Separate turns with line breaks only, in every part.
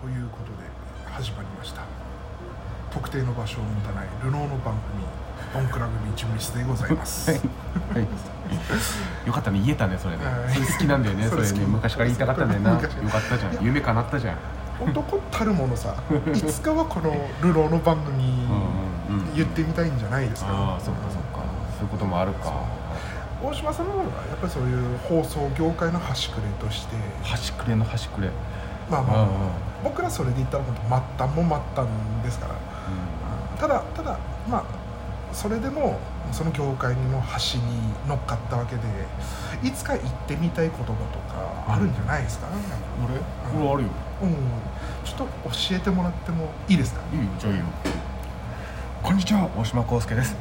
ということで始まりました特定の場所を持たないルノーの番組「ボンクラ組一無スでございます、
はいよかったね言えたねそれね
はい
それ好きなんだよね
そ
そ
れ
れ
好き
ね昔から言いたかったんだよなよか
昔
ったじゃん夢叶ったじゃん
男たるもの さいつかはこのルノーの番組
うんうんうん
言ってみたいんじゃないですか、
ああそっかそっかそういうこともあるか
大島さんの方がやっぱりそういう放送業界の端くれとして
端くれの端くれ
まあ
うん
ま
う
あ、
んうん
僕らそれで言ったら本当末端も末端ですからただただまあそれでもその業界の端に乗っかったわけでいつか行ってみたい言葉とかあるんじゃないですか、
俺俺あるよ
うんちょっと教えてもらってもいいです か
いいよじゃあいいよこんにちは大島康介です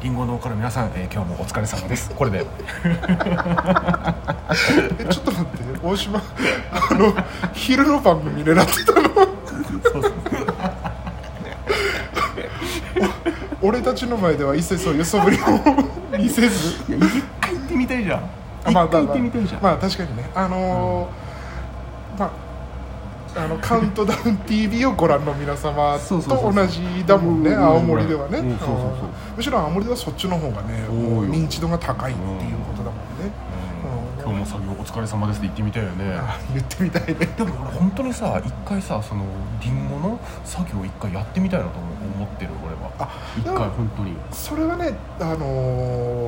えーリンゴ農家の皆さん、えー今日もお疲れ様ですこれで
えちょっと待って大島あの昼の番組狙ってたの お俺たちの前では一切そういう素振りを見せず
いや一回行ってみたいじゃん
あ
一
まあ
回
まあまあ
行ってみたいじゃん
まあ確かにねあのーまああ のカウントダウン TV をご覧の皆様
そう
と
そうそう
同じだもんね
うん
青森ではね
うんそうそうそう
むしろ青森ではそっちの方がねも
そううよ
認知度が高いっていうことだもんね
うん今日も作業お疲れ様ですって言ってみたいよね
あ言ってみたいね
でも俺本当にさ一回さそのリンゴの作業を一回やってみたいなと思思ってる俺は
あ
一回本当に
それはね、あの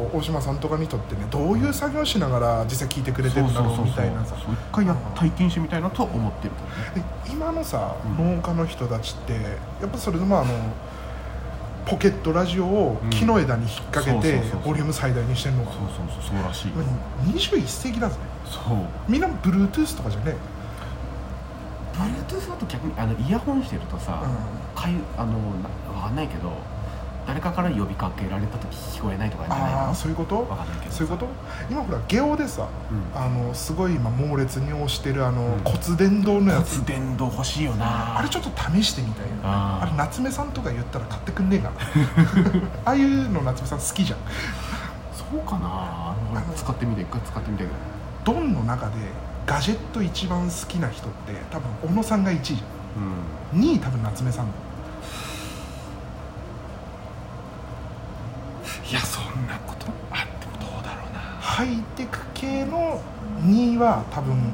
ー大島さんとかにとってねどういう作業しながら実際聞いてくれてるんだろうみたいなさ
そう一回や体験してみたいなとは思ってるけどね
で今のさ、
うん
農家の人たちってやっぱそれでもあのポケットラジオを
うん
木の枝に引っ掛けて
そうそうそうそう
ボリューム最大にしてるのが
そうそうそうそうらしいよ
21世紀だぜ
そう
みんな Bluetooth とかじゃね
Bluetooth だと逆にあのイヤホンしてるとさ、かゆあのなわかんないけど誰かから呼びかけられた時聞こえないとかじゃない
あ
の
あそういうこ
わ
と
かんないけどさ
そういうこと今ほらゲオでさ
うん
あのすごい今猛烈に押してるあの、
うん
骨伝導のやつ
骨伝導欲しいよな
あれちょっと試してみたいよね
あ
あ
ー
れ夏目さんとか言ったら買ってくんねえ かなああいうの夏目さん好きじゃん
そうかな俺も使ってみて一回使ってみたいけど
ドンの中でガジェット一番好きな人って多分小野さんが1位じ
うん
ゃん2位多分夏目さんだよ
いやそんなことあってもどうだろうな
ハイテク系の2位は多分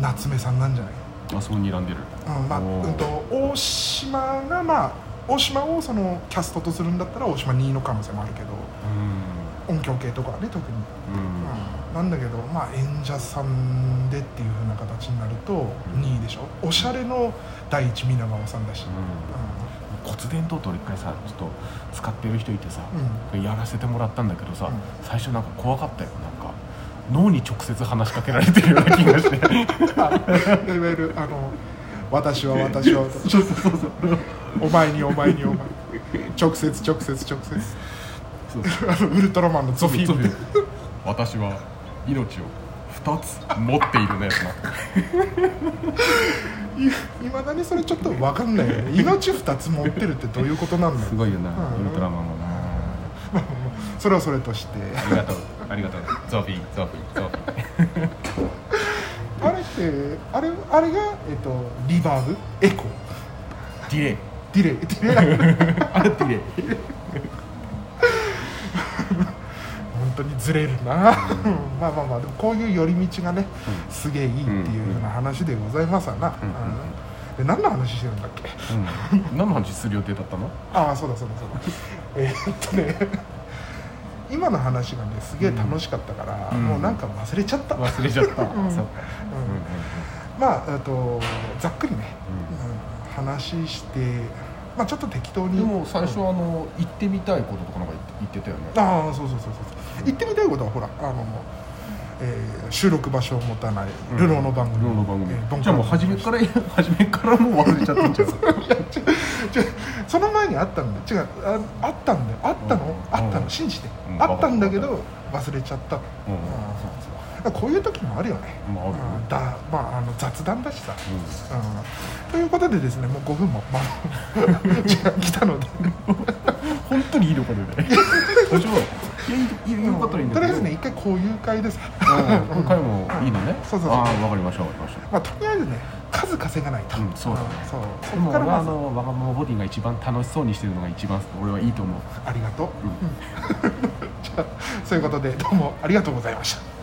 夏目さんなんじゃない
あそう睨んでる
うんまあ
おー
うんと大島がまあ大島をそのキャストとするんだったら大島2位の可能性もあるけど
うん
音響系とかはね特に
うん
なんだけど、まあ、演者さんでっていう風な形になると
ん
2位でしょおしゃれの第一皆川さんだし、う
骨伝導と俺一回さちょっと使ってる人いてさ、
んうん
やらせてもらったんだけどさ、
うん
最初なんか怖かったよなんか脳に直接話しかけられてるような気がして
いわゆるあの「私は私は私はお前にお前にお前直接直接直接
そう
あのウルトラマンのゾフィーみたいな
私は命を2つ持っているのやつな
いまだにそれちょっと分かんないよね命2つ持ってるってどういうことなんだ
す
よ
ごいよな、
うん
ウルトラマンもな
それはそれとして
ありがとうありがとうゾフィーゾフィーゾフィー
あれってあれあれが、えっと、リバーブエコ
ディレイ
ディレイディレイ
あれディレイ
本当にずれるな、まあまあまあでもこういう寄り道がね、すげえいいっていうふうな話でございますわな、
うんうん
で何の話してるんだっけ
うん、何の話する予定だったの
ああそうだそうだそう だえーっとね今の話がねすげえ楽しかったから、
うん
もうなんか忘れちゃった、うん
忘れちゃった、
うん
そうかうんうん
まああとざっくりね、
う
うん話してまあちょっと適当に
でも最初あの行ってみたいこととかなんか言って言ってたよね
ああそうそうそうそう行ってみたいことはほらあの、えー収録場所を持たないルノーの番組、
ルノーの番組、
えーボンカ
じゃあ
ラ
もう初めから 初めからもう忘れちゃったんじゃん
その前にあったんだよ違うああったんだよあったの、
うん
あった
う
の
ん
信じて、
うん
あったんだけど忘れちゃった、うん
うんうん
だからこういう時もあるよね、
まああるよね
うんだまああの雑談だしさ、うん、ということでですねもう5分も、まあ、 時間来たので
本当にいいのかね 大丈夫いやいいよかったらいいん
とり
だけ
あえ
ど
ずね一回こういう会です、
うん今回もいいのね
そうそうそう
ああわかりましたわかりました
まあ、とりあえずね数稼がないと、
うんそうだね
そうそ
で
こ
も
か
俺
ら
は
ま
あ
ず
のわがままボディが一番楽しそうにしてるのが一番俺はいいと思う
ありがとう、
うん
うんじゃあそういうことでどうもありがとうございました